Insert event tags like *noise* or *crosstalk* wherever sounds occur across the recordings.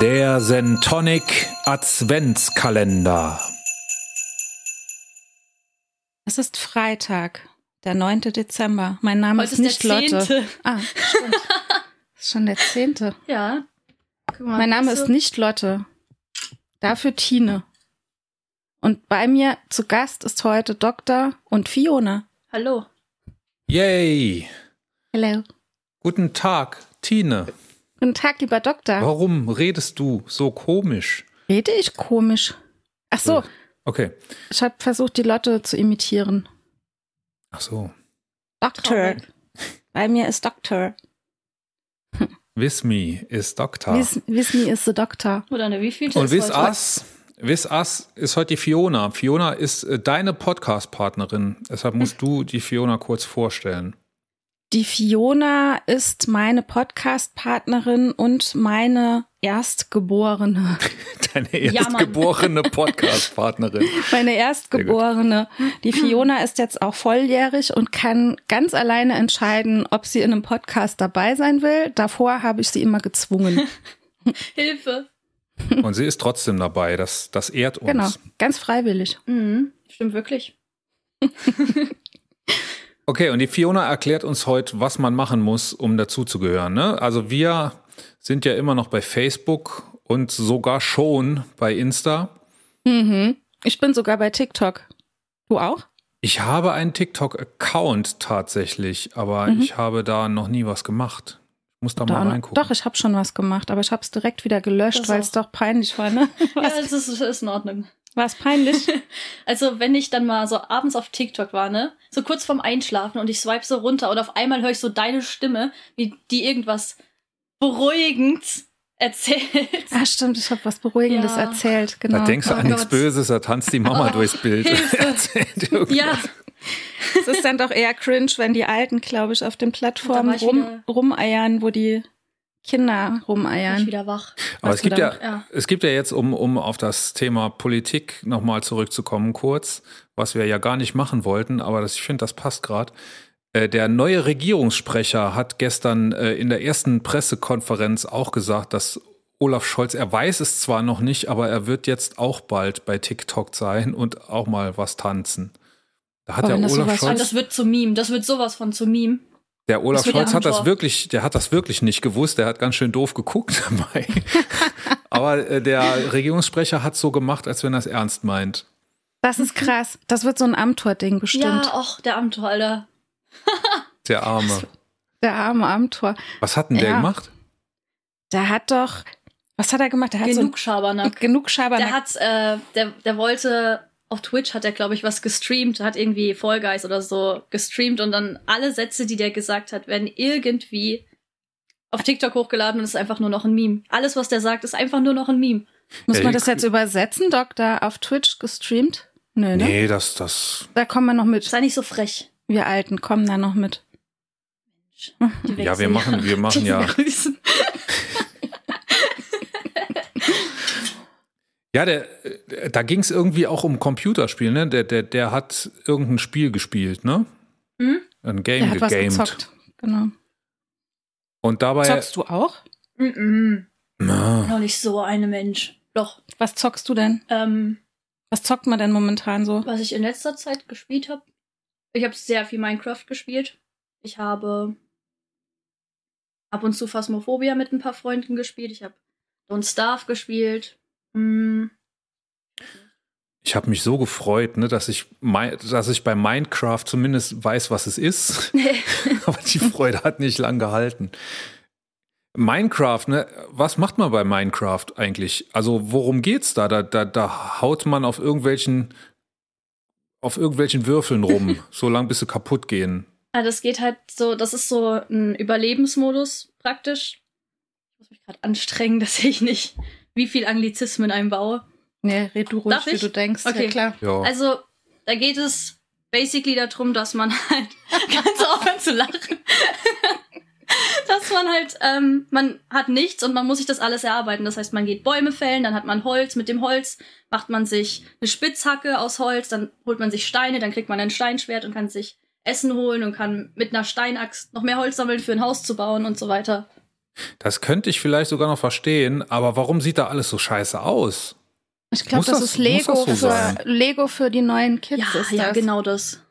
Der Sentonic Adventskalender. Es ist Freitag, der 9. Dezember. Mein Name Heute ist nicht ist der Lotte. 10.. Ah, *laughs* stimmt. ist schon der 10. Ja. Guck mal, Mein Name so- ist nicht Lotte. Dafür Tine. Und bei mir zu Gast ist heute Dr. und Fiona. Hallo. Yay! Hello. Guten Tag, Tine. Guten Tag, lieber Doktor. Warum redest du so komisch? Rede ich komisch? Ach so, Okay. ich habe versucht, die Lotte zu imitieren. Ach so. Doktor. Traurig. Bei mir ist Doktor. With me is Doktor. Wissen ist the Doktor. Oder ne, wie viel Und ist with heute? us, with us ist heute die Fiona. Fiona ist äh, deine Podcast-Partnerin. Deshalb musst du die Fiona kurz vorstellen. *laughs* Die Fiona ist meine Podcast-Partnerin und meine Erstgeborene. *laughs* Deine Ja, Mann. erstgeborene Podcast-Partnerin. Meine Erstgeborene. Die Fiona ist jetzt auch volljährig und kann ganz alleine entscheiden, ob sie in einem Podcast dabei sein will. Davor habe ich sie *laughs* immer gezwungen. Hilfe. Und sie ist trotzdem dabei. Das, das ehrt uns. Genau, ganz freiwillig. Mhm. Stimmt wirklich. Okay, und die Fiona erklärt uns heute, was man machen muss, um dazuzugehören. Ne? Also wir sind ja immer noch bei Facebook und sogar schon bei Insta. Mhm. Ich bin sogar bei TikTok. Du auch? Ich habe einen TikTok-Account tatsächlich, aber Mhm. ich habe da noch nie was gemacht. Ich muss da Doch, mal reingucken. doch, ich habe schon was gemacht, aber ich habe es direkt wieder gelöscht, Das weil es auch. doch peinlich war. Ne? Ja, also das ist, das ist in Ordnung. War es *laughs* peinlich? Also, wenn ich dann mal so abends auf TikTok war, ne? So kurz vorm Einschlafen und ich swipe so runter und auf einmal höre ich so deine Stimme, wie die irgendwas beruhigend *laughs* erzählt. Ah, stimmt, ich habe was Beruhigendes Ja. erzählt, da genau. denkst du Oh an nichts Gott. Böses, da tanzt die Mama durchs Bild. *laughs* Erzählt irgendwas. Ja, Es ist dann doch eher cringe, wenn die Alten, glaube ich, auf den Plattformen Da war ich rum, wieder- rumeiern, wo die Kinder bin ich rumeiern. wieder wach. Aber Was es gibt du ja, damit- Ja. es gibt ja jetzt, um, um auf das Thema Politik nochmal zurückzukommen, kurz, was wir ja gar nicht machen wollten, aber das, ich finde, das passt gerade. Äh, Der neue Regierungssprecher hat gestern äh, in der ersten Pressekonferenz auch gesagt, dass Olaf Scholz, er weiß es zwar noch nicht, aber er wird jetzt auch bald bei TikTok sein und auch mal was tanzen. Da hat Oh, der wenn das Olaf sowas- Und Scholz. das wird zu Meme. Das wird sowas von zu Meme. Der Olaf Das wird ja Scholz hat das Antwort. wirklich, der hat das wirklich nicht gewusst, der hat ganz schön doof geguckt *laughs* *laughs* dabei. Aber äh, der Regierungssprecher hat so gemacht, als wenn er es ernst meint. Das ist krass. Das wird so ein Amtor-Ding bestimmt. Mhm. Ja, och, der Amtor, Alter. Der Arme. Der arme Amtor. Was hat denn der Ja. gemacht? Der hat doch. Was hat er gemacht? Der hat Genug so ein, Schabernack. genug Schabernack. Der hat, äh, der, der wollte, auf Twitch hat er, glaube ich, was gestreamt, hat irgendwie Fall Guys oder so gestreamt und dann alle Sätze, die der gesagt hat, werden irgendwie auf TikTok hochgeladen und es ist einfach nur noch ein Meme. Alles, was der sagt, ist einfach nur noch ein Meme. Muss man Ey, das jetzt übersetzen, Doktor? Auf Twitch gestreamt? Nö, ne? Nee, das, das. Da kommen wir noch mit. Sei nicht so frech. Wir Alten kommen da noch mit. Die Ja, wir wechseln machen, *laughs* wir machen ja. *laughs* Die grüßen. Ja, der, äh, da ging es irgendwie auch um Computerspiel, ne? Der, der, der hat irgendein Spiel gespielt, ne? Hm? Ein Der Game hat was gegamed. gezockt. Genau. Und dabei. Zockst du auch? Mm -mm. Na, Noch nicht so eine Mensch. Doch. Was zockst du denn? Ähm, Was zockt man denn momentan so? was ich in letzter Zeit gespielt habe. Ich habe sehr viel Minecraft gespielt. Ich habe ab und zu Phasmophobia mit ein paar Freunden gespielt. Ich habe Don't Starve gespielt. Hm, *laughs* Ich habe mich so gefreut, ne, dass ich, mein, dass ich bei Minecraft zumindest weiß, was es ist. *laughs* Aber die Freude hat nicht lang gehalten. Minecraft, ne? Was macht man bei Minecraft eigentlich? Also, worum geht's da? Da, da, da haut man auf irgendwelchen, auf irgendwelchen Würfeln rum, so lang bis sie kaputt gehen. Ah, das geht halt so, das ist so ein Überlebensmodus praktisch. Ich muss mich gerade anstrengen, *laughs* dass ich nicht wie viel Anglizismen einbaue. Nee, red du ruhig, Darf wie ich? du denkst. Okay. Ja, klar. Ja. Also, da geht es basically darum, dass man halt *laughs* ganz aufhören zu lachen. *laughs* dass man halt, ähm, man hat nichts und man muss sich das alles erarbeiten. Das heißt, man geht Bäume fällen, dann hat man Holz. Mit dem Holz macht man sich eine Spitzhacke aus Holz, dann holt man sich Steine, dann kriegt man ein Steinschwert und kann sich Essen holen und kann mit einer Steinaxt noch mehr Holz sammeln für ein Haus zu bauen und so weiter. Das könnte ich vielleicht sogar noch verstehen, aber warum sieht da alles so scheiße aus? Ich glaube, Muss das, das- ist Lego, muss das so sein? für, Lego für die neuen Kids. ja, ist ja, das. genau das.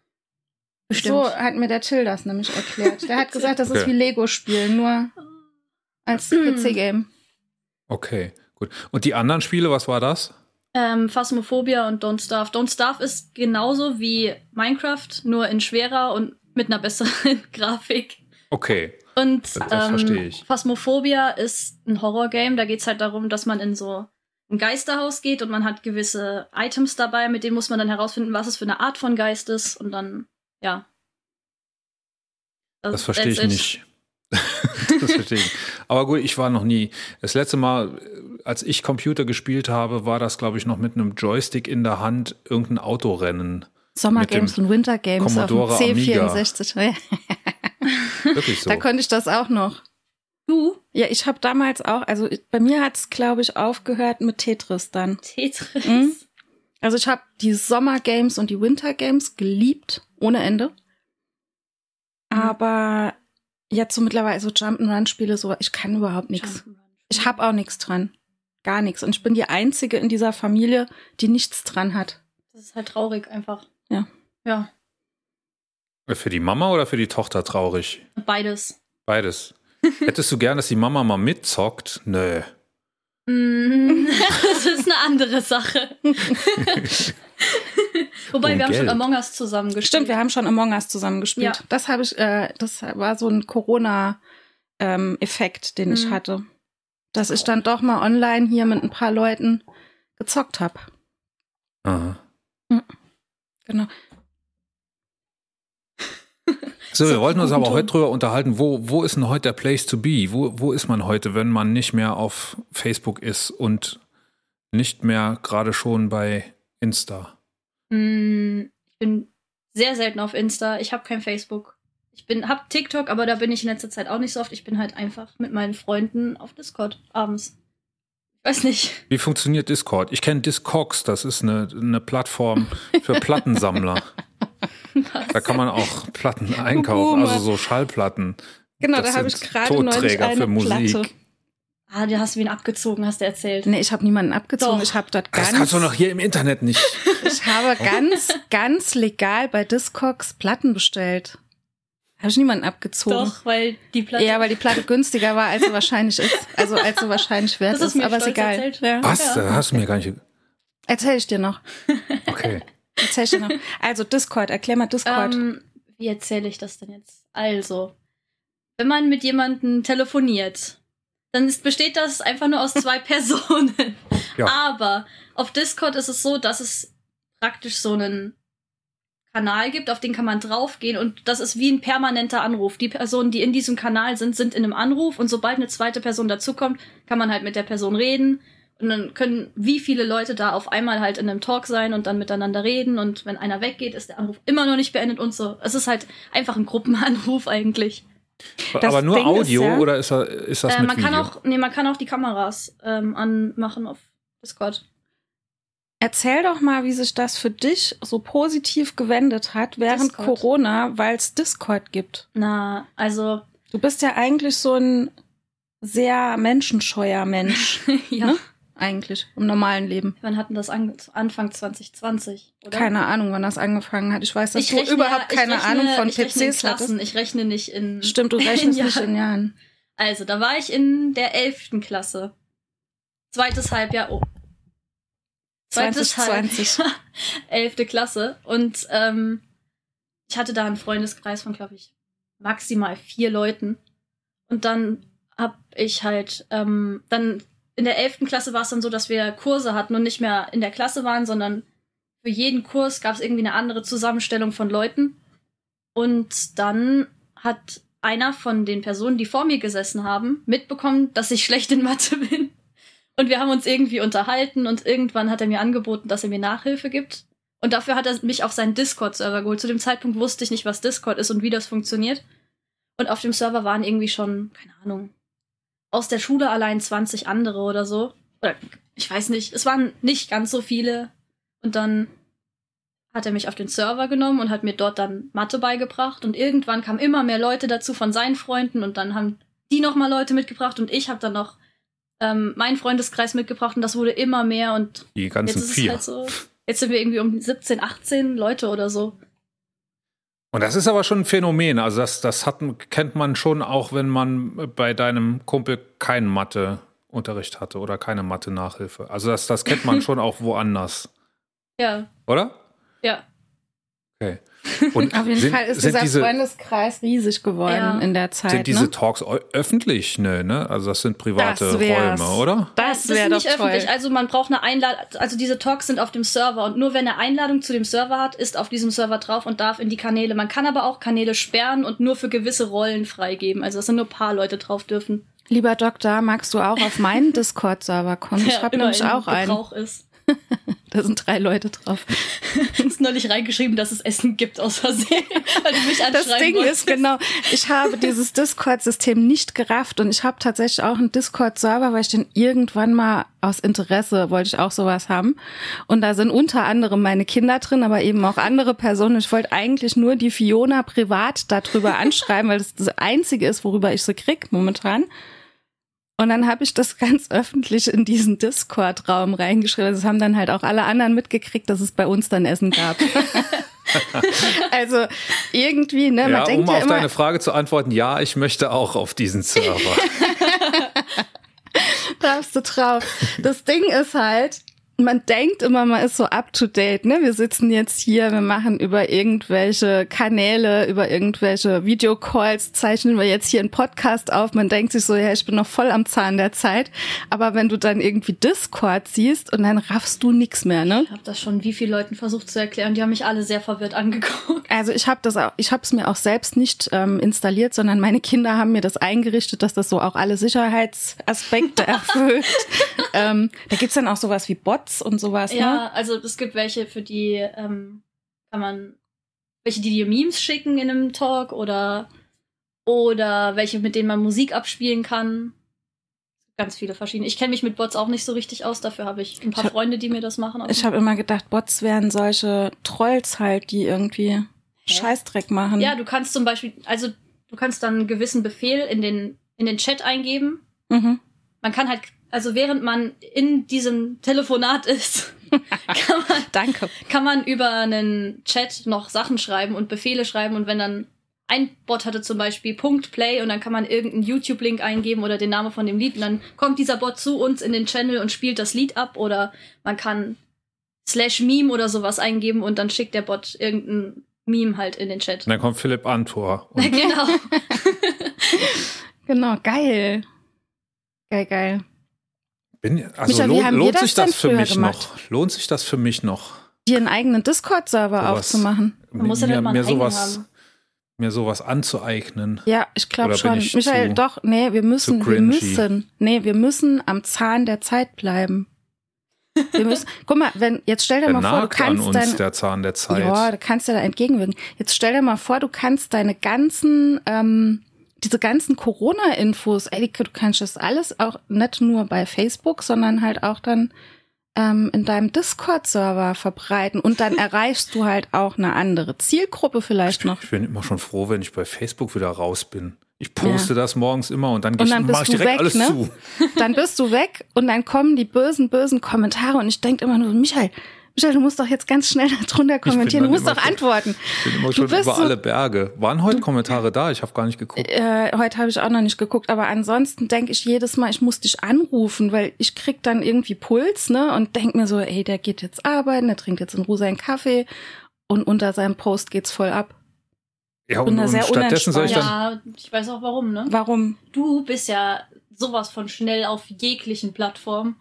Bestimmt. So hat mir der Till das nämlich erklärt. Der hat gesagt, das ist Okay. wie Lego-Spielen, nur als PC-Game. Okay, gut. Und die anderen Spiele, was war das? Ähm, Phasmophobia und Don't Starve. Don't Starve ist genauso wie Minecraft, nur in schwerer und mit einer besseren *laughs* Grafik. Okay, Und Das- das verstehe ähm, ich. Phasmophobia ist ein Horrorgame. Da geht's halt darum, dass man in so ein Geisterhaus geht und man hat gewisse Items dabei, mit denen muss man dann herausfinden, was es für eine Art von Geist ist und dann, ja. Also, das verstehe ich that's it. nicht. *laughs* das verstehe ich. Aber gut, ich war noch nie. Das letzte Mal, äh, als ich Computer gespielt habe, war das, glaube ich, noch mit einem Joystick in der Hand irgendein Autorennen. Sommergames Mit dem und Wintergames auf dem Commodore Amiga. C64. Ja, Wirklich so. *laughs* Da konnte ich das auch noch. Du, Ja, ich habe damals auch, also ich- bei mir hat's glaube ich, aufgehört mit Tetris dann. Tetris. Mhm. Also ich habe die Sommergames und die Wintergames geliebt, ohne Ende. Mhm. Aber jetzt so mittlerweile so Jump'n'Run-Spiele, so, ich kann überhaupt nichts. Jump'n'Run. Ich habe auch nichts dran. Gar nichts. Und ich bin die Einzige in dieser Familie, die nichts dran hat. Das ist halt traurig einfach. Ja. Ja, Äh, Für die Mama oder für die Tochter traurig? beides. Beides. Hättest du gern, dass die Mama mal mitzockt? Nö. *laughs* Mm, das ist eine andere Sache. Wobei Und wir haben schon Geld. Among Us zusammen gespielt. Stimmt, wir haben schon Among Us zusammen gespielt. Ja. Das habe ich, äh, das war so ein Corona-Effekt, den ich Mhm. hatte. Dass ich dann doch mal online hier mit ein paar Leuten gezockt habe. Aha. Mm. Genau. *laughs* So, wir So, wollten uns aber guten heute drüber unterhalten, wo, wo ist denn heute der Place to be? Wo, wo ist man heute, wenn man nicht mehr auf Facebook ist und nicht mehr gerade schon bei Insta? Mm, ich bin sehr selten auf Insta. Ich habe kein Facebook. Ich bin hab TikTok, aber da bin ich in letzter Zeit auch nicht so oft. Ich bin halt einfach mit meinen Freunden auf Discord abends. Ich weiß nicht. Wie funktioniert Discord? Ich kenne Discogs, das ist eine, eine Plattform *laughs* für Plattensammler. Da kann man auch Platten einkaufen, also so Schallplatten. Genau, Das da habe ich sind gerade neulich Tonträger eine für Musik. Platte. Ah, du hast wen abgezogen, hast du erzählt. Nee, ich habe niemanden abgezogen. Doch. Ich habe dort Das kannst ganz, du noch hier im Internet nicht. ich habe ganz, ganz legal bei Discogs Platten bestellt. Habe ich niemanden abgezogen. Doch, weil die Platte. Ja, weil die Platte günstiger war, als sie wahrscheinlich ist. Also als sie wahrscheinlich wert Das ist mir aber ist stolz egal. erzählt. Ja. Was? Da hast du mir gar nicht. Erzähl ich dir noch. Okay. Erzähl ich dir noch. Also Discord, erklär mal Discord. Ähm, wie erzähle ich das denn jetzt? Also, wenn man mit jemandem telefoniert, dann ist, besteht das einfach nur aus zwei *laughs* Personen. Ja. Aber auf Discord ist es so, dass es praktisch so einen Kanal gibt, auf den kann man draufgehen und das ist wie ein permanenter Anruf. Die Personen, die in diesem Kanal sind, sind in einem Anruf und sobald eine zweite Person dazukommt, kann man halt mit der Person reden und dann können wie viele Leute da auf einmal halt in einem Talk sein und dann miteinander reden. Und wenn einer weggeht, ist der Anruf immer noch nicht beendet und so. Es ist halt einfach ein Gruppenanruf eigentlich. *laughs* Das aber nur Ding ist Audio ja- oder ist das, ist das Äh, mit man Video? kann auch, nee, man kann auch die Kameras ähm, anmachen auf Discord. Erzähl doch mal, wie sich das für dich so positiv gewendet hat während Discord. Corona, weil es Discord gibt. Na, also, *laughs* Du bist ja eigentlich so ein sehr menschenscheuer *laughs* Mensch, ja. Ne? eigentlich, im normalen Leben. Wann hatten das an, Anfang 2020? Oder? Keine Ahnung, wann das angefangen hat. Ich weiß, dass Ich du rechne- überhaupt ich keine rechne- Ahnung von ich rechne in PCs hattest. Klassen, Ich rechne nicht in. *laughs* Stimmt, du rechnest Ja. nicht in Jahren. Also, da war ich in der 11. Klasse. Zweites Halbjahr. Oh, Zweites 2020. *laughs* Halbjahr. Elfte Klasse. Und ähm, ich hatte da einen Freundeskreis von, glaube ich, maximal vier Leuten. Und dann hab ich halt, ähm, dann in der elften Klasse war es dann so, dass wir Kurse hatten und nicht mehr in der Klasse waren, sondern für jeden Kurs gab es irgendwie eine andere Zusammenstellung von Leuten. Und dann hat einer von den Personen, die vor mir gesessen haben, mitbekommen, dass ich schlecht in Mathe *laughs* bin. Und wir haben uns irgendwie unterhalten und irgendwann hat er mir angeboten, dass er mir Nachhilfe gibt. Und dafür hat er mich auf seinen Discord-Server geholt. Zu dem Zeitpunkt wusste ich nicht, was Discord ist und wie das funktioniert. Und auf dem Server waren irgendwie schon, keine Ahnung, aus der Schule allein 20 andere oder so. Oder ich weiß nicht, es waren nicht ganz so viele. Und dann hat er mich auf den Server genommen und hat mir dort dann Mathe beigebracht. Und irgendwann kamen immer mehr Leute dazu von seinen Freunden und dann haben die nochmal Leute mitgebracht und ich habe dann noch ähm, meinen Freundeskreis mitgebracht und das wurde immer mehr und Die ganzen jetzt ist vier. es halt so. Jetzt sind wir irgendwie um 17, 18 Leute oder so. Und das ist aber schon ein Phänomen. Also das, das hat, kennt man schon auch, wenn man bei deinem Kumpel keinen Matheunterricht hatte oder keine Mathe-Nachhilfe. Also das, das kennt *laughs* man schon auch woanders, Ja, oder? ja. Okay. Und Auf jeden sind, Fall ist sind dieser diese, Freundeskreis riesig geworden Ja. in der Zeit. sind diese ne? Talks eu- öffentlich? Nö, ne? Also das sind private Das wär's. Räume, oder? Das ist wäre doch nicht toll. öffentlich. Also man braucht eine Einladung. Also diese Talks sind auf dem Server und nur wenn er Einladung zu dem Server hat, ist auf diesem Server drauf und darf in die Kanäle. Man kann aber auch Kanäle sperren und nur für gewisse Rollen freigeben. Also dass dann nur ein paar Leute drauf dürfen. Lieber Doktor, magst du auch auf *laughs* meinen Discord-Server kommen? Ich Der habe immer nämlich genau, in auch einen. Gebrauch ist. *laughs* Da sind drei Leute drauf. ist neulich reingeschrieben, dass es Essen gibt aus Versehen, *laughs* weil du mich anschreiben Das Ding wolltest. ist genau, ich habe *laughs* dieses Discord-System nicht gerafft und ich habe tatsächlich auch einen Discord-Server, weil ich den irgendwann mal aus Interesse wollte ich auch sowas haben. Und da sind unter anderem meine Kinder drin, aber eben auch andere Personen. Ich wollte eigentlich nur die Fiona privat *laughs* darüber anschreiben, weil das das Einzige ist, worüber ich sie krieg momentan. Und dann habe ich das *laughs* ganz öffentlich in diesen Discord-Raum reingeschrieben. Also Das haben dann halt auch alle anderen mitgekriegt, dass es bei uns dann *laughs* Essen gab. also irgendwie, ne, man Ja, um denkt ja auf immer, deine Frage zu antworten, ja, ich möchte auch auf diesen *laughs* Server. darfst du drauf. Das Ding ist halt, man denkt immer, man ist so up to date, ne? Wir sitzen jetzt hier, wir machen über irgendwelche Kanäle, über irgendwelche Videocalls, zeichnen wir jetzt hier einen Podcast auf. Man denkt sich so, ja, ich bin noch voll am Zahn der Zeit. Aber wenn du dann irgendwie Discord siehst und dann raffst du nix mehr, ne? Ich habe das schon wie vielen Leuten versucht zu erklären. Die haben mich alle sehr verwirrt angeguckt. Also ich habe das, auch, ich habe es mir auch selbst nicht ähm, installiert, sondern meine Kinder haben mir das eingerichtet, dass das so auch alle *laughs* Sicherheitsaspekte erfüllt. ähm, da gibt's dann auch sowas wie Bots und sowas. Ne? Ja, also es gibt welche, für die ähm, kann man welche, die dir Memes schicken in einem Talk oder oder welche, mit denen man Musik abspielen kann. Ganz viele verschiedene. Ich kenne mich mit Bots auch nicht so richtig aus. Dafür habe ich ein paar Ich hab- Freunde, die mir das machen. Ich habe immer gedacht, Bots wären solche Trolls halt, die irgendwie Scheißdreck machen. ja, du kannst zum Beispiel, also du kannst dann einen gewissen Befehl in den in den Chat eingeben *laughs* mhm. man kann halt, also während man in diesem Telefonat ist, kann man, Danke. kann man über einen Chat noch Sachen schreiben und Befehle schreiben und wenn dann ein Bot hatte zum Beispiel Punkt Play und dann kann man irgendeinen YouTube-Link eingeben oder den Namen von dem Lied und dann kommt dieser Bot zu uns in den Channel und spielt das Lied ab oder man kann slash Meme oder sowas eingeben und dann schickt der Bot irgendein Meme halt in den Chat. Und dann kommt Philipp Antor. *laughs* Und genau. Genau, geil. Geil, geil. bin, also Micha, wie lohnt, haben wir lohnt das sich denn das für früher mich gemacht? noch? Lohnt sich das für mich noch? Dir einen eigenen Discord-Server Sowas. aufzumachen. Man muss ja mir, dann mal einen mir eigenen sowas, haben. mir sowas anzueignen. Ja, ich glaube Oder bin schon. ich Michael, zu- doch, nee, wir müssen, zu wir cringy? müssen, nee, wir müssen am Zahn der Zeit bleiben. Wir müssen, *laughs* guck mal, wenn, jetzt stell dir Der mal vor, du nagt an kannst uns, dein, der Zahn der Zeit. ja, du kannst ja da entgegenwirken. Jetzt stell dir mal vor, du kannst deine ganzen, ähm, diese ganzen Corona-Infos, ey, die- du kannst das alles auch nicht nur bei Facebook, sondern halt auch dann ähm, in deinem Discord-Server verbreiten und *laughs* dann erreichst du halt auch eine andere Zielgruppe vielleicht noch. Ich bin immer schon froh, wenn ich bei Facebook wieder raus bin. Ich poste das morgens immer und dann, geh ich- dann bist mach ich du direkt weg, alles ne? zu. *laughs* dann bist du weg und dann kommen die bösen, bösen Kommentare und ich denke immer nur, so, Michael, Michael, du musst doch jetzt ganz schnell darunter kommentieren, du dann musst immer doch so- antworten. Ich bin immer Du schon bist über so- alle Berge. Waren heute Kommentare da? Ich habe gar nicht geguckt. Äh, heute habe ich auch noch nicht geguckt, aber ansonsten denke ich jedes Mal, ich muss dich anrufen, weil ich krieg dann irgendwie Puls, ne? Und denk mir so, ey, der geht jetzt arbeiten, der trinkt jetzt in Ruhe seinen Kaffee und unter seinem Post geht's voll ab. Ja, bin und, da und sehr stattdessen soll ich dann. Ja, ich weiß auch warum, ne? Warum? Du bist ja sowas von schnell auf jeglichen Plattformen.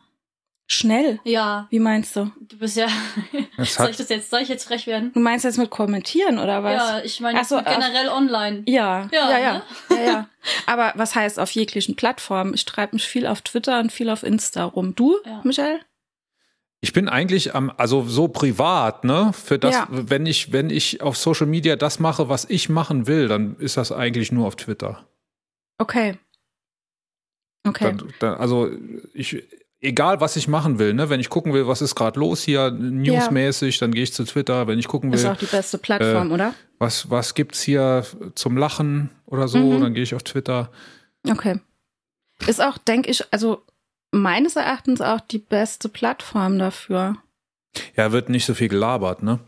Schnell? Ja, Wie meinst du? du bist ja. Es *laughs* soll ich hat, das jetzt, soll ich jetzt frech werden? Du meinst jetzt mit kommentieren oder was? Ja, ich meine Ach so, jetzt generell online. Ja, ja, Ja, ne? ja. ja. ja, Aber was heißt auf jeglichen Plattformen? Ich treibe mich viel auf Twitter und viel auf Insta rum. Du, Ja. Michael? ich bin eigentlich am, also so privat, ne? Für das, Ja. wenn ich, wenn ich auf Social Media das mache, was ich machen will, dann ist das eigentlich nur auf Twitter. Okay. Okay. Dann, dann, also ich, egal was ich machen will, ne? Wenn ich gucken will, was ist gerade los hier, newsmäßig, dann gehe ich zu Twitter. Wenn ich gucken Ist will, auch die beste äh, Plattform, oder? Mhm. was, was gibt's hier zum Lachen oder so, dann gehe ich auf Twitter. Okay. Ist auch, denke ich, also meines Erachtens auch die beste Plattform dafür. Ja, wird nicht so viel gelabert, ne?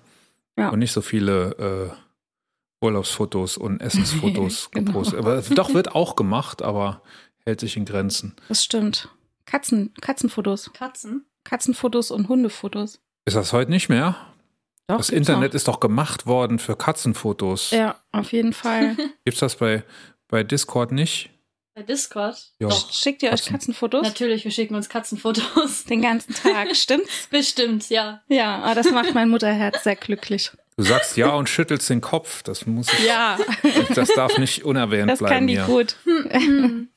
Ja. Und nicht so viele äh, Urlaubsfotos und *laughs* Essensfotos Genau. gepostet. Aber doch wird auch gemacht, aber hält sich in Grenzen. Das stimmt. Katzen, Katzenfotos. Katzen. Katzenfotos und Hundefotos. Ist das heute nicht mehr? Doch, das gibt's Internet ist doch gemacht worden für Katzenfotos. Noch. Ja, auf jeden *laughs* Fall. Gibt's das bei, bei Discord nicht? Bei Discord. Ja. Doch. Schickt ihr euch Katzen. Katzenfotos? Natürlich, wir schicken uns Katzenfotos. *laughs* Den ganzen Tag, stimmt's? *laughs* Bestimmt, ja. Ja, aber das macht mein Mutterherz sehr glücklich. Du sagst ja und schüttelst den Kopf. Das muss ich, Ja, das darf nicht unerwähnt das bleiben kann die hier. gut. Hm.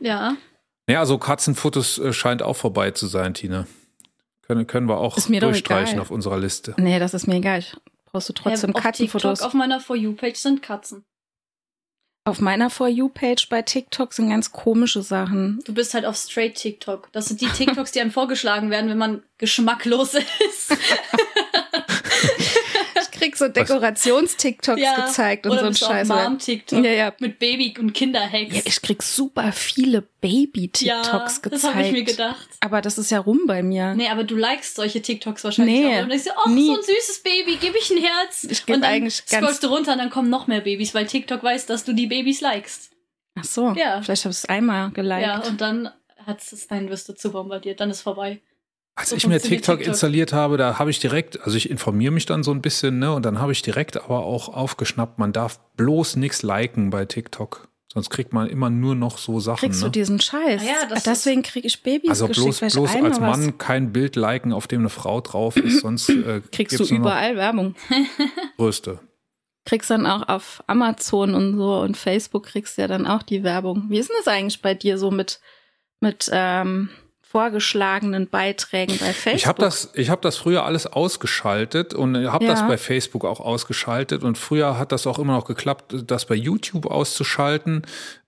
ja. Ja, also Katzenfotos äh, scheint auch vorbei zu sein, Tine. Können, können wir auch Ist mir doch durchstreichen egal. auf unserer Liste. Nee, das ist mir egal. Ich poste trotzdem Ja, auf Katzenfotos. TikTok auf meiner For You-Page sind Katzen. Auf meiner For You-Page bei TikTok sind ganz komische Sachen. Du bist halt auf Straight TikTok. Das sind die TikToks, die einem *laughs* vorgeschlagen werden, wenn man geschmacklos ist. Ich krieg so Dekorations-TikToks Ja. gezeigt und Oder so ein bist du Scheiß. auf Mom-TikTok. Ja, ja. Mit Baby- und Kinderhacks. ja. Ich krieg super viele Baby-TikToks Ja, gezeigt. Das habe ich mir gedacht. Aber das ist ja rum bei mir. Nee, aber du likest solche TikToks wahrscheinlich Nee, auch. Und denkst dir, ach, nie. so ein süßes Baby, gib ich ein Herz. Ich geb und dann eigentlich ganz- scrollst du runter und dann kommen noch mehr Babys, weil TikTok weiß, dass du die Babys likest. Ach so, Ja. vielleicht habe ich es einmal geliked. Ja, und dann hat es dein wirst du zu bombardiert, dann ist vorbei. Als So ich mir funktioniert TikTok, TikTok. installiert habe, da habe ich direkt, also ich informiere mich dann so ein bisschen, ne, und dann habe ich direkt aber auch aufgeschnappt, man darf bloß nichts liken bei TikTok. Sonst kriegt man immer nur noch so Sachen. Kriegst ne? du diesen Scheiß? Ah ja, das Deswegen krieg ich Babys also geschickt, bloß, weil ich bloß einmal als Mann was kein Bild liken, auf dem eine Frau drauf ist, sonst äh, kriegst gibt's du nur noch überall Werbung. Größte. Kriegst dann auch auf Amazon und so und Facebook kriegst ja dann auch die Werbung. Wie ist denn das eigentlich bei dir so mit, mit ähm, vorgeschlagenen Beiträgen bei Facebook? Ich habe das, ich hab das früher alles ausgeschaltet und habe Ja. das bei Facebook auch ausgeschaltet. Und früher hat das auch immer noch geklappt, das bei YouTube auszuschalten.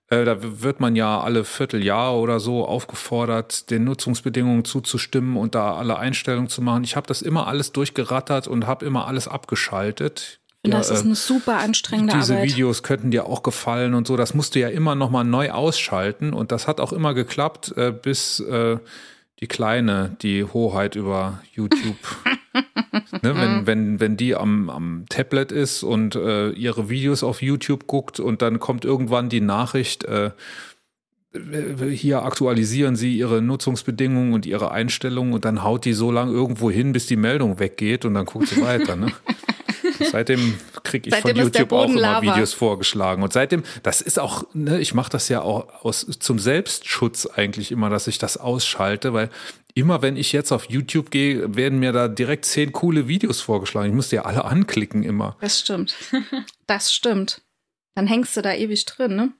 Äh, Da w- wird man ja alle Vierteljahre oder so aufgefordert, den Nutzungsbedingungen zuzustimmen und da alle Einstellungen zu machen. Ich habe das immer alles durchgerattert und habe immer alles abgeschaltet. Und das Ja, ist äh, eine super anstrengende diese Arbeit. Videos könnten dir auch gefallen und so. Das musst du ja immer noch mal neu ausschalten und das hat auch immer geklappt, äh, bis äh, die Kleine die Hoheit über *laughs* YouTube, ne, Mhm. wenn, wenn, wenn die am, am Tablet ist und äh, ihre Videos auf YouTube guckt und dann kommt irgendwann die Nachricht, äh, hier aktualisieren sie ihre Nutzungsbedingungen und ihre Einstellungen und dann haut die so lang irgendwo hin, bis die Meldung weggeht und dann guckt sie weiter. *laughs* Ne? Seitdem kriege ich Seitdem von ist der YouTube auch Boden immer Lava. Videos vorgeschlagen. Und seitdem, das ist auch, ne, ich mache das ja auch aus, zum Selbstschutz eigentlich immer, dass ich das ausschalte, weil immer wenn ich jetzt auf YouTube gehe, werden mir da direkt zehn coole Videos vorgeschlagen. Ich muss die ja alle anklicken immer. Das stimmt. *laughs* Das stimmt. Dann hängst du da ewig drin, ne?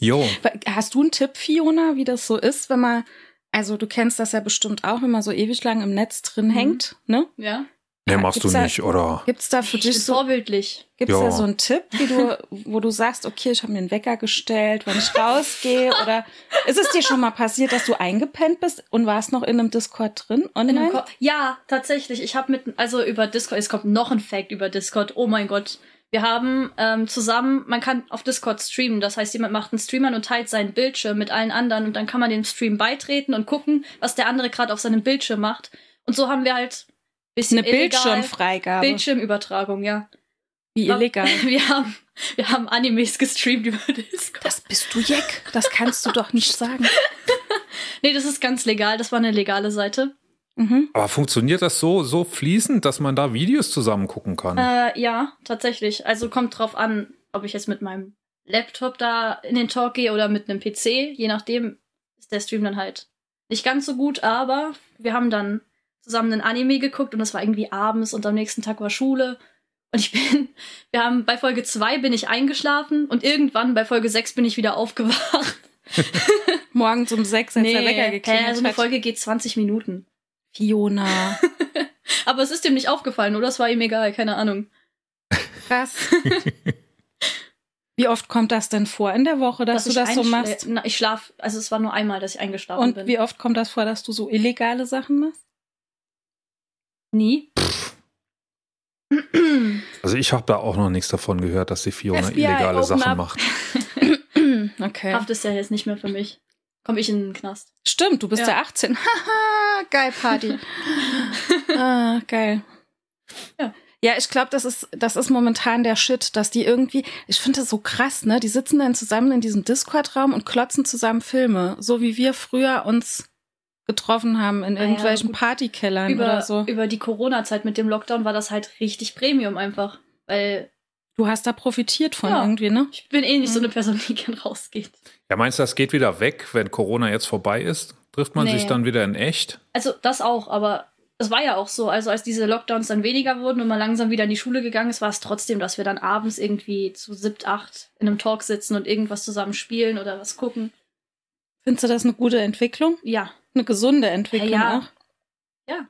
Jo. Hast du einen Tipp, Fiona, wie das so ist, wenn man, also du kennst das ja bestimmt auch, wenn man so ewig lang im Netz Mhm. drin hängt, ne? Ja. Ne, machst Gibt's du da- nicht, oder? Gibt's da für Ich bin dich so, vorbildlich. gibt's Ja. da so einen Tipp, wie du, wo du sagst, okay, ich habe mir einen Wecker gestellt, wenn ich *laughs* rausgehe oder ist es dir schon mal passiert, dass du eingepennt bist und warst noch in einem Discord drin In online? einem Ko- ja, tatsächlich. Ich habe mit, also über Discord, es kommt noch ein Fact über Discord. Oh mein Gott. Wir haben ähm, zusammen, man kann auf Discord streamen. Das heißt, jemand macht einen Stream an und teilt seinen Bildschirm mit allen anderen und dann kann man dem Stream beitreten und gucken, was der andere gerade auf seinem Bildschirm macht. Und so haben wir halt ein bisschen Eine illegal- Bildschirmfreigabe. Bildschirmübertragung, ja. *laughs* Wie illegal. Wir haben, wir haben Animes gestreamt *laughs* über Discord. Das bist du Jack. Das kannst du doch nicht sagen. Nee, das ist ganz legal. Das war eine legale Seite. Mhm. Aber funktioniert das so, so fließend, dass man da Videos zusammen gucken kann? Äh, ja, tatsächlich. Also kommt drauf an, ob ich jetzt mit meinem Laptop da in den Talk gehe oder mit einem PC. Je nachdem ist der Stream dann halt nicht ganz so gut, aber wir haben dann zusammen einen Anime geguckt und das war irgendwie abends und am nächsten Tag war Schule. Und ich bin, *laughs* wir haben bei Folge 2 bin ich eingeschlafen und irgendwann bei Folge 6 bin ich *laughs* wieder aufgewacht. Morgens um sechs, als der Wecker geklingelt hä, so eine hat. Folge geht 20 Minuten. Fiona. Aber es ist dem nicht aufgefallen, oder? Es war ihm egal, keine Ahnung. Krass. Wie oft kommt das denn vor in der Woche, dass, ich du das so einschla- machst? Na, ich schlaf, also es war nur einmal, dass ich eingeschlafen Und bin. wie oft kommt das vor, dass du so illegale Sachen *clears throat* machst? Nie. Also ich habe da auch noch nichts davon gehört, dass die Fiona FBI, illegale open Sachen up. macht. Okay. Haft ist ja jetzt nicht mehr für mich. Komme ich in den Knast. Stimmt, du bist ja, Ja. 18. *laughs* Haha, geil *laughs* Party. ah, geil. Ja. Ja, ich glaube, das ist, das ist momentan der Shit, dass die irgendwie, ich finde das so krass, ne? Die sitzen dann zusammen in diesem Discord-Raum und klotzen zusammen Filme, so wie wir früher uns getroffen haben in Ah ja, irgendwelchen gut. Partykellern Über, oder so. über die Corona-Zeit mit dem Lockdown war das halt richtig Premium einfach. Weil Du hast da profitiert von Ja. irgendwie, ne? ich bin eh nicht so Mhm. eine Person, die gern rausgeht. Ja, meinst du, das geht wieder weg, wenn Corona jetzt vorbei ist? Trifft man Nee. sich dann wieder in echt? Also das auch, aber es war ja auch so. Also als diese Lockdowns dann weniger wurden und man langsam wieder in die Schule gegangen ist, war es trotzdem, dass wir dann abends irgendwie zu siebt, acht in einem Talk sitzen und irgendwas zusammen spielen oder was gucken. Findest du das eine gute Entwicklung? Ja, Eine gesunde Entwicklung Ja. auch? Ja.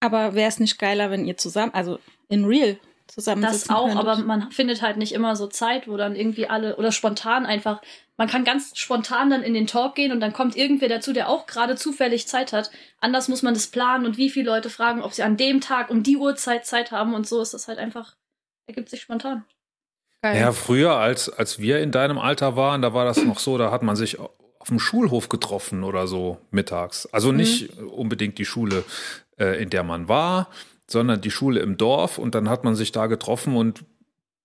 Aber wäre es nicht geiler, wenn ihr zusammen, also in real zusammen das auch, aber man findet halt nicht immer so Zeit, wo dann irgendwie alle oder spontan einfach, man kann ganz spontan dann in den Talk gehen und dann kommt irgendwer dazu, der auch gerade zufällig Zeit hat. Anders muss man das planen und wie viele Leute fragen, ob sie an dem Tag um die Uhrzeit Zeit haben und so ist das halt einfach, ergibt sich spontan. Geil. Ja, früher, als, als wir in deinem Alter waren, da war das noch so, da hat man sich auf dem Schulhof getroffen oder so mittags. Also Mhm. nicht unbedingt die Schule, äh, in der man war, sondern die Schule im Dorf und dann hat man sich da getroffen und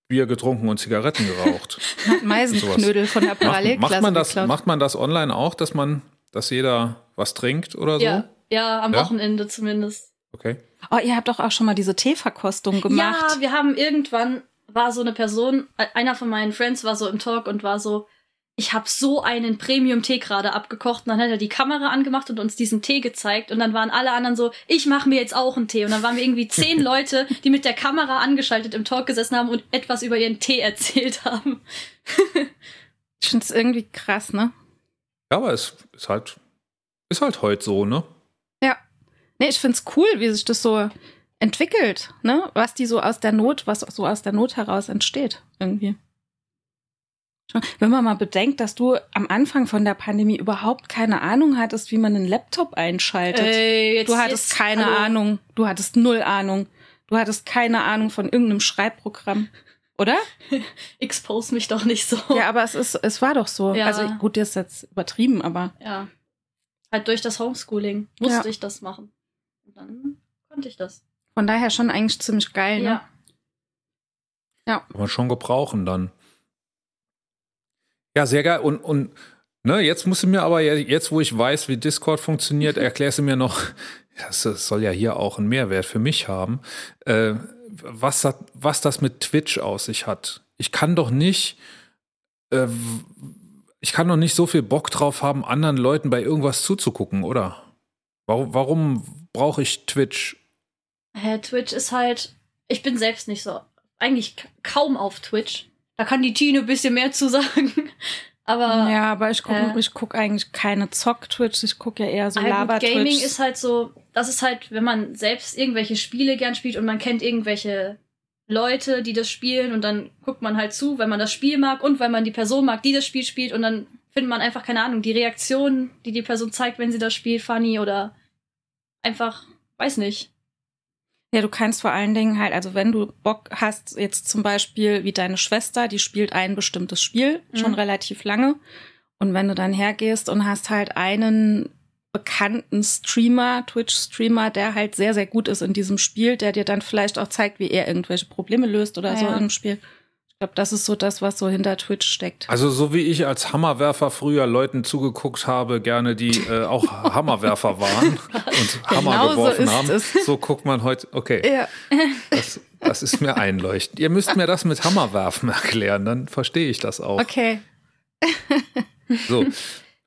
Bier getrunken und Zigaretten geraucht. *laughs* Hat Meisenknödel von der macht, Parallelklasse macht, man das, geklaut. macht man das online auch, dass man, dass jeder was trinkt oder so? Ja, ja, am Also? Ja? Wochenende zumindest. Okay. Oh, ihr habt doch auch schon mal diese Teeverkostung gemacht. Ja, wir haben irgendwann war so eine Person, äh, einer von meinen Friends war so im Talk und war so, ich habe so einen Premium-Tee gerade abgekocht und dann hat er die Kamera angemacht und uns diesen Tee gezeigt und dann waren alle anderen so, ich mache mir jetzt auch einen Tee und dann waren wir *laughs* irgendwie zehn Leute, die mit der Kamera angeschaltet im Talk gesessen haben und etwas über ihren Tee erzählt haben. ich finde es irgendwie krass, ne? Ja, aber es ist halt, ist halt heute so, ne? Nee, ich finde es cool, wie sich das so entwickelt, ne? Was die so aus der Not, was so aus der Not heraus entsteht, irgendwie. Schon- Wenn man mal bedenkt, dass du am Anfang von der Pandemie überhaupt keine Ahnung hattest, wie man einen Laptop einschaltet. Ey, Äh, jetzt- Du hattest jetzt- keine hallo. Ahnung. Du hattest null Ahnung. Du hattest keine Ahnung von irgendeinem Schreibprogramm. Oder? Expose mich doch nicht so. *laughs* Ja, aber es ist, es war doch so. Ja. Also gut, das ist jetzt übertrieben, aber Ja. Halt durch das Homeschooling musste Ja. ich das machen. Und dann konnte ich das. von daher schon eigentlich ziemlich geil, ne? Ja. Kann man schon gebrauchen dann. Ja, sehr geil. Und, und ne, jetzt musst du mir aber, ja- jetzt wo ich weiß, wie Discord funktioniert, erklärst du mir noch, *laughs* das das soll ja hier auch einen Mehrwert für mich haben, äh, was, das, was das mit Twitch aus sich hat. Ich kann doch nicht, äh, ich kann doch nicht so viel Bock drauf haben, anderen Leuten bei irgendwas zuzugucken, oder? Warum, warum brauche ich Twitch? Hä, Twitch ist halt. Ich bin selbst nicht so. Eigentlich k- kaum auf Twitch. Da kann die Tine ein bisschen mehr zu *laughs* sagen. Aber Ja, aber ich gucke Äh. ich guck eigentlich keine Zock-Twitch, ich gucke ja eher so Ah, gut, Laber-Twitch. Gaming ist halt so. Das ist halt, wenn man selbst irgendwelche Spiele gern spielt und man kennt irgendwelche Leute, die das spielen und dann guckt man halt zu, weil man das Spiel mag und weil man die Person mag, die das Spiel spielt und dann findet man einfach, keine Ahnung, die Reaktion, die die Person zeigt, wenn sie das spielt, funny oder einfach, weiß nicht. ja, du kannst vor allen Dingen halt, also wenn du Bock hast, jetzt zum Beispiel wie deine Schwester, die spielt ein bestimmtes Spiel schon Mhm. relativ lange. Und wenn du dann hergehst und hast halt einen bekannten Streamer, Twitch-Streamer, der halt sehr, sehr gut ist in diesem Spiel, der dir dann vielleicht auch zeigt, wie er irgendwelche Probleme löst oder Ah, so ja. im Spiel. Ich glaube, das ist so das, was so hinter Twitch steckt. Also so wie ich als Hammerwerfer früher Leuten zugeguckt habe, gerne die äh, *laughs* auch Hammerwerfer waren und Hammer Genau so geworfen ist haben, es. so guckt man heute, okay, ja. das, das ist mir einleuchtend. Ihr müsst mir das mit Hammerwerfen *laughs* erklären, dann verstehe ich das auch. Okay. So.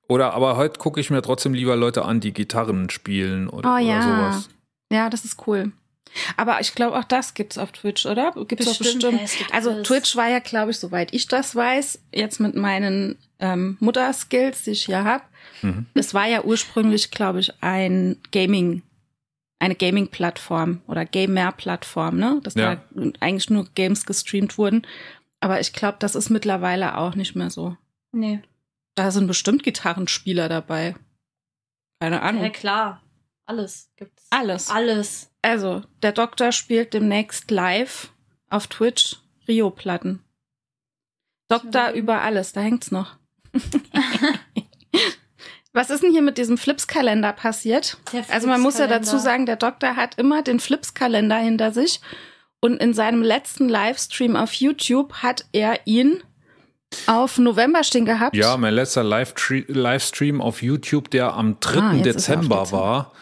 Oder aber heute gucke ich mir trotzdem lieber Leute an, die Gitarren spielen oder, Oh oder ja. sowas. Ja, das ist cool. Aber ich glaube, auch das gibt's auf Twitch, oder? Gibt's doch Bestimmt. bestimmt. Ja, es gibt Also alles. Twitch war ja, glaube ich, soweit ich das weiß, jetzt mit meinen ähm, Mutter-Skills, die ich hier hab. Mhm. es war ja ursprünglich, glaube ich, ein Gaming, eine Gaming-Plattform oder Gamer-Plattform, ne? Dass Ja. da eigentlich nur Games gestreamt wurden. Aber ich glaube, das ist mittlerweile auch nicht mehr so. Nee. Da sind bestimmt Gitarrenspieler dabei. Keine Ahnung. Ja, klar. Alles gibt's. Alles. Alles. Also, der Doktor spielt demnächst live auf Twitch Rio-Platten. Doktor über alles, da hängt's *laughs* noch. Was ist denn hier mit diesem Flipskalender passiert? Der Also man muss ja Flipskalender. dazu sagen, der Doktor hat immer den Flipskalender hinter sich und in seinem letzten Livestream auf YouTube hat er ihn auf November stehen gehabt. Ja, mein letzter Livestre- Livestream auf YouTube, der am 3. Ah, jetzt ist er auf Dezember Dezember. war,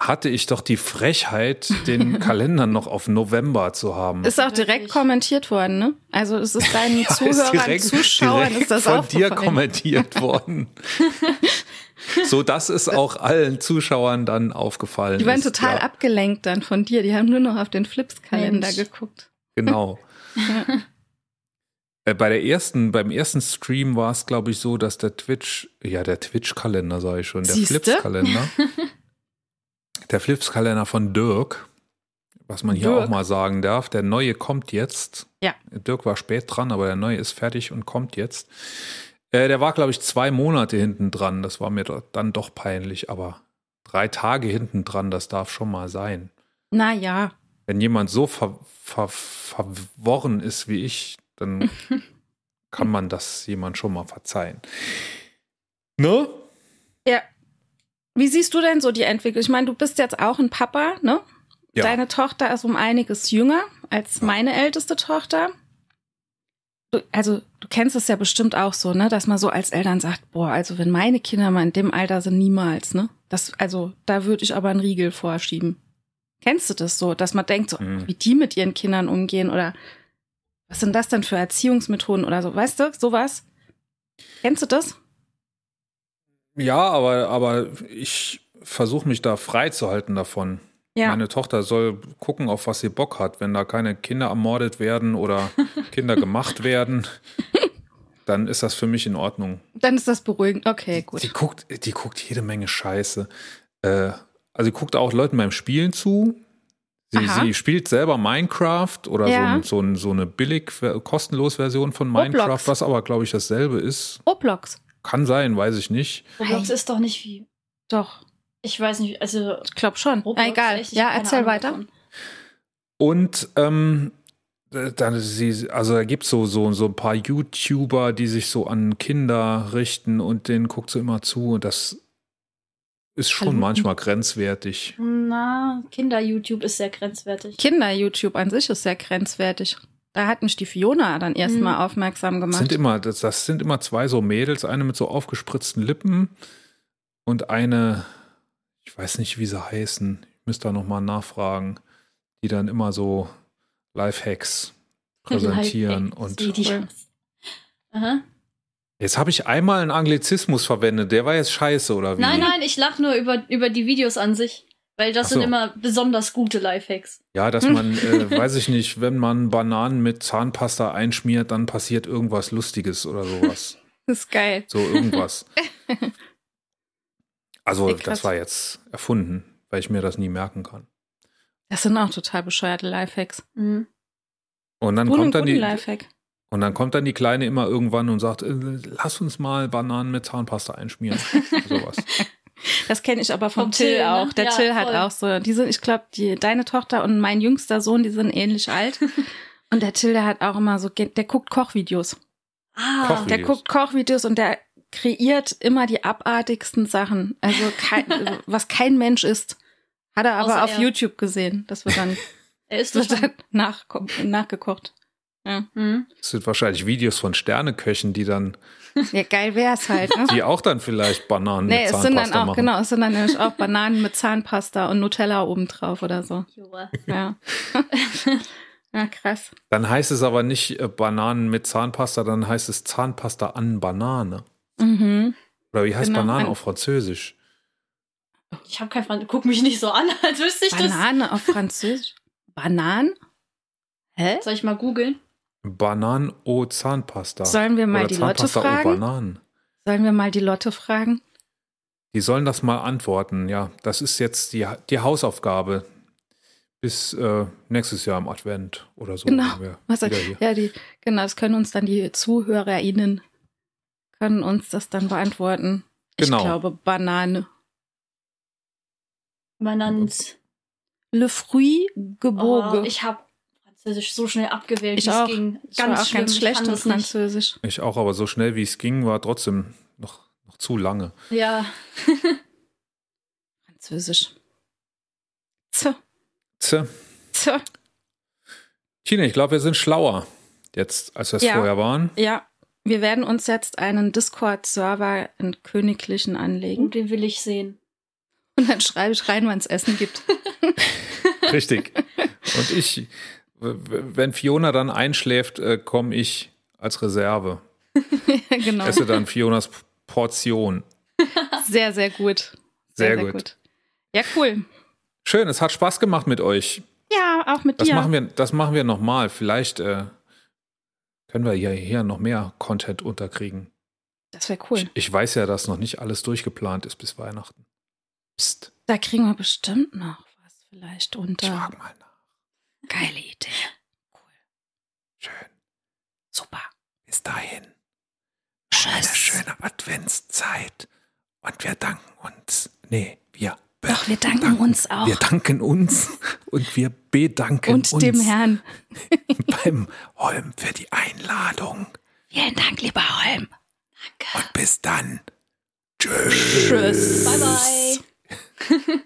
hatte ich doch die Frechheit, *laughs* den Kalender noch auf November zu haben. Ist auch direkt Wirklich? kommentiert worden, ne? Also *laughs* es ist deinen Ja, ist Zuhörern, Zuschauern direkt ist das von dir aufgefallen. kommentiert *laughs* worden. so dass es auch allen Zuschauern dann aufgefallen Die waren ist. total ja, abgelenkt dann von dir. Die haben nur noch auf den Flipskalender Mensch. geguckt. *laughs* Genau. Äh, Bei der ersten, beim ersten Stream war es, glaube ich, so, dass der Twitch, ja, der Twitch-Kalender, sage ich schon, der Siehste? *laughs* Flips-Kalender, der Flips-Kalender von Dirk, was man hier Dirk. auch mal sagen darf, der neue kommt jetzt. Ja. Dirk war spät dran, aber der neue ist fertig und kommt jetzt. Äh, der war, glaube ich, zwei Monate hinten dran. Das war mir do- dann doch peinlich, aber drei Tage hinten dran, das darf schon mal sein Naja, wenn jemand so ver, ver, verworren ist wie ich, dann kann man das jemand schon mal verzeihen. Ne? Wie siehst du denn so die Entwicklung? Ich meine, du bist jetzt auch ein Papa, ne? Ja. Deine Tochter ist um einiges jünger als meine älteste Tochter. Du, also, du kennst es ja bestimmt auch so, ne, dass man so als Eltern sagt, boah, also wenn meine Kinder mal in dem Alter sind, niemals, ne? Das, also, da würde ich aber einen Riegel vorschieben. Kennst du das so, dass man denkt, so, Mhm. wie die mit ihren Kindern umgehen oder was sind das denn für Erziehungsmethoden oder so, weißt du, sowas? Kennst du das? Ja, aber, aber ich versuche mich da frei zu halten davon. Meine Tochter soll gucken, auf was sie Bock hat. Wenn da keine Kinder ermordet werden oder Kinder gemacht werden, dann ist das für mich in Ordnung. Dann ist das beruhigend. Okay, gut. Die guckt, die guckt jede Menge Scheiße. Äh, also sie guckt auch Leuten beim Spielen zu. Sie, Aha. sie spielt selber Minecraft oder Ja. so, ein- so, ein- so eine billig, kostenlos Version von Roblox. Minecraft, was aber, glaube ich, dasselbe ist. Roblox. Kann sein, weiß ich nicht. Roblox ist doch nicht wie. Doch, Ich weiß nicht, also. ich glaube schon. Roblox, Egal. echt, ich ja, hab keine erzähl Ahnung weiter. davon. Und ähm, äh, dann sie, also da gibt es so, so, so ein paar YouTuber, die sich so an Kinder richten und denen guckt sie immer zu. Und das ist schon Hallo. manchmal grenzwertig. Na, Kinder-YouTube ist sehr grenzwertig. Kinder-YouTube an sich ist sehr grenzwertig. Da hat mich die Fiona dann erstmal Mhm. aufmerksam Das gemacht. sind immer, das, das sind immer zwei so Mädels, eine mit so aufgespritzten Lippen und eine, ich weiß nicht, wie sie heißen. Ich müsste da nochmal nachfragen, die dann immer so Lifehacks halt präsentieren. Und Videos. Aha. jetzt habe ich einmal einen Anglizismus verwendet, der war jetzt scheiße, oder wie? Mhm. Nein, nein, ich lach nur über, über die Videos an sich. Weil das Ach so. sind immer besonders gute Lifehacks. Ja, dass man, äh, weiß ich nicht, wenn man Bananen mit Zahnpasta einschmiert, dann passiert irgendwas Lustiges oder sowas. Das ist geil. So *laughs* irgendwas. Also, Ey, das krass. war jetzt erfunden, weil ich mir das nie merken kann. Das sind auch total bescheuerte Lifehacks. Mhm. Und dann Guten, kommt dann guten die Lifehack. und dann kommt dann die Kleine immer irgendwann und sagt, äh, lass uns mal Bananen mit Zahnpasta *laughs* einschmieren. Sowas. Das kenne ich aber vom, Vom Till, Till, ne? auch. Der Ja, Till hat voll. auch so. Die sind, ich glaube, deine Tochter und mein jüngster Sohn, die sind ähnlich *laughs* alt. und der Till, der hat auch immer so, ge- der guckt Kochvideos. Ah, Koch- Der Videos. guckt Kochvideos und der kreiert immer die abartigsten Sachen. Also kein, *laughs* also was kein Mensch ist. Hat er aber Außer auf er. YouTube gesehen. Das wird dann, er ist das das wird *laughs* schon. dann nachko- nachgekocht. Mhm. Das sind wahrscheinlich Videos von Sterneköchen, die *laughs* dann, Ja, geil wär's halt, *laughs* ne? die auch dann vielleicht Bananen Nee, mit es Zahnpasta sind dann auch, machen. genau, es sind dann nämlich auch Bananen mit Zahnpasta und Nutella obendrauf oder so. Joa. Ja. *laughs* ja, krass. Dann heißt es aber nicht äh, Bananen mit Zahnpasta, dann heißt es Zahnpasta an Banane. Mhm. Oder wie heißt Genau, Banane an- auf Französisch? Ich habe kein Franz. Guck mich nicht so an, *laughs* als wüsste ich das. Banane auf Französisch. Bananen? Hä? Soll ich mal googeln? Bananen au Zahnpasta. Sollen wir mal Oder die Leute Zahnpasta au fragen? Bananen. Sollen wir mal die Lotte fragen? Die sollen das mal antworten, ja. Das ist jetzt die, die Hausaufgabe bis äh, nächstes Jahr im Advent oder so. Genau. wenn wir *laughs* Was wieder hier- ja, die, genau, das können uns dann die ZuhörerInnen können uns das dann beantworten. Genau. Ich glaube, Banane. Banans. Le fruit Oh, gebogen. ich habe Französisch so schnell abgewählt, Ich wie auch. es ging. Ich war auch schlimm, ganz ich schlecht kann in das nicht. Französisch. Ich auch, aber so schnell wie es ging, war trotzdem noch, noch zu lange. Ja, Französisch. So, Tse. so. Tina, ich glaube, wir sind schlauer jetzt, als wir es Ja. vorher *laughs* waren. Ja, wir werden uns jetzt einen Discord-Server in Königlichen anlegen. und den will ich sehen. Und dann schreibe ich rein, wann es Essen gibt. *laughs* Richtig. Und ich, w- w- wenn Fiona dann einschläft, komme ich als Reserve. Ja, genau. Esse dann Fionas P- Portion. Sehr, sehr gut. Sehr gut. Ja, cool. Schön, es hat Spaß gemacht mit euch. Ja, auch mit Das dir. machen wir, das machen wir nochmal. Vielleicht äh, können wir ja hier noch mehr Content unterkriegen. Das wäre cool. Ich, ich weiß ja, dass noch nicht alles durchgeplant ist bis Weihnachten. Psst, Da kriegen wir bestimmt noch was vielleicht ich unter. frag mal nach. Geile Idee. Schön. Super. Bis dahin. Eine Tschüss. schöne Adventszeit. Und wir danken uns. Nee, wir. be- Doch, wir danken uns auch. Wir danken *laughs* uns und wir bedanken Und uns dem Herrn. beim Holm für die Einladung. Vielen Dank, lieber Holm. Und bis dann. Tschüss. Bye, bye.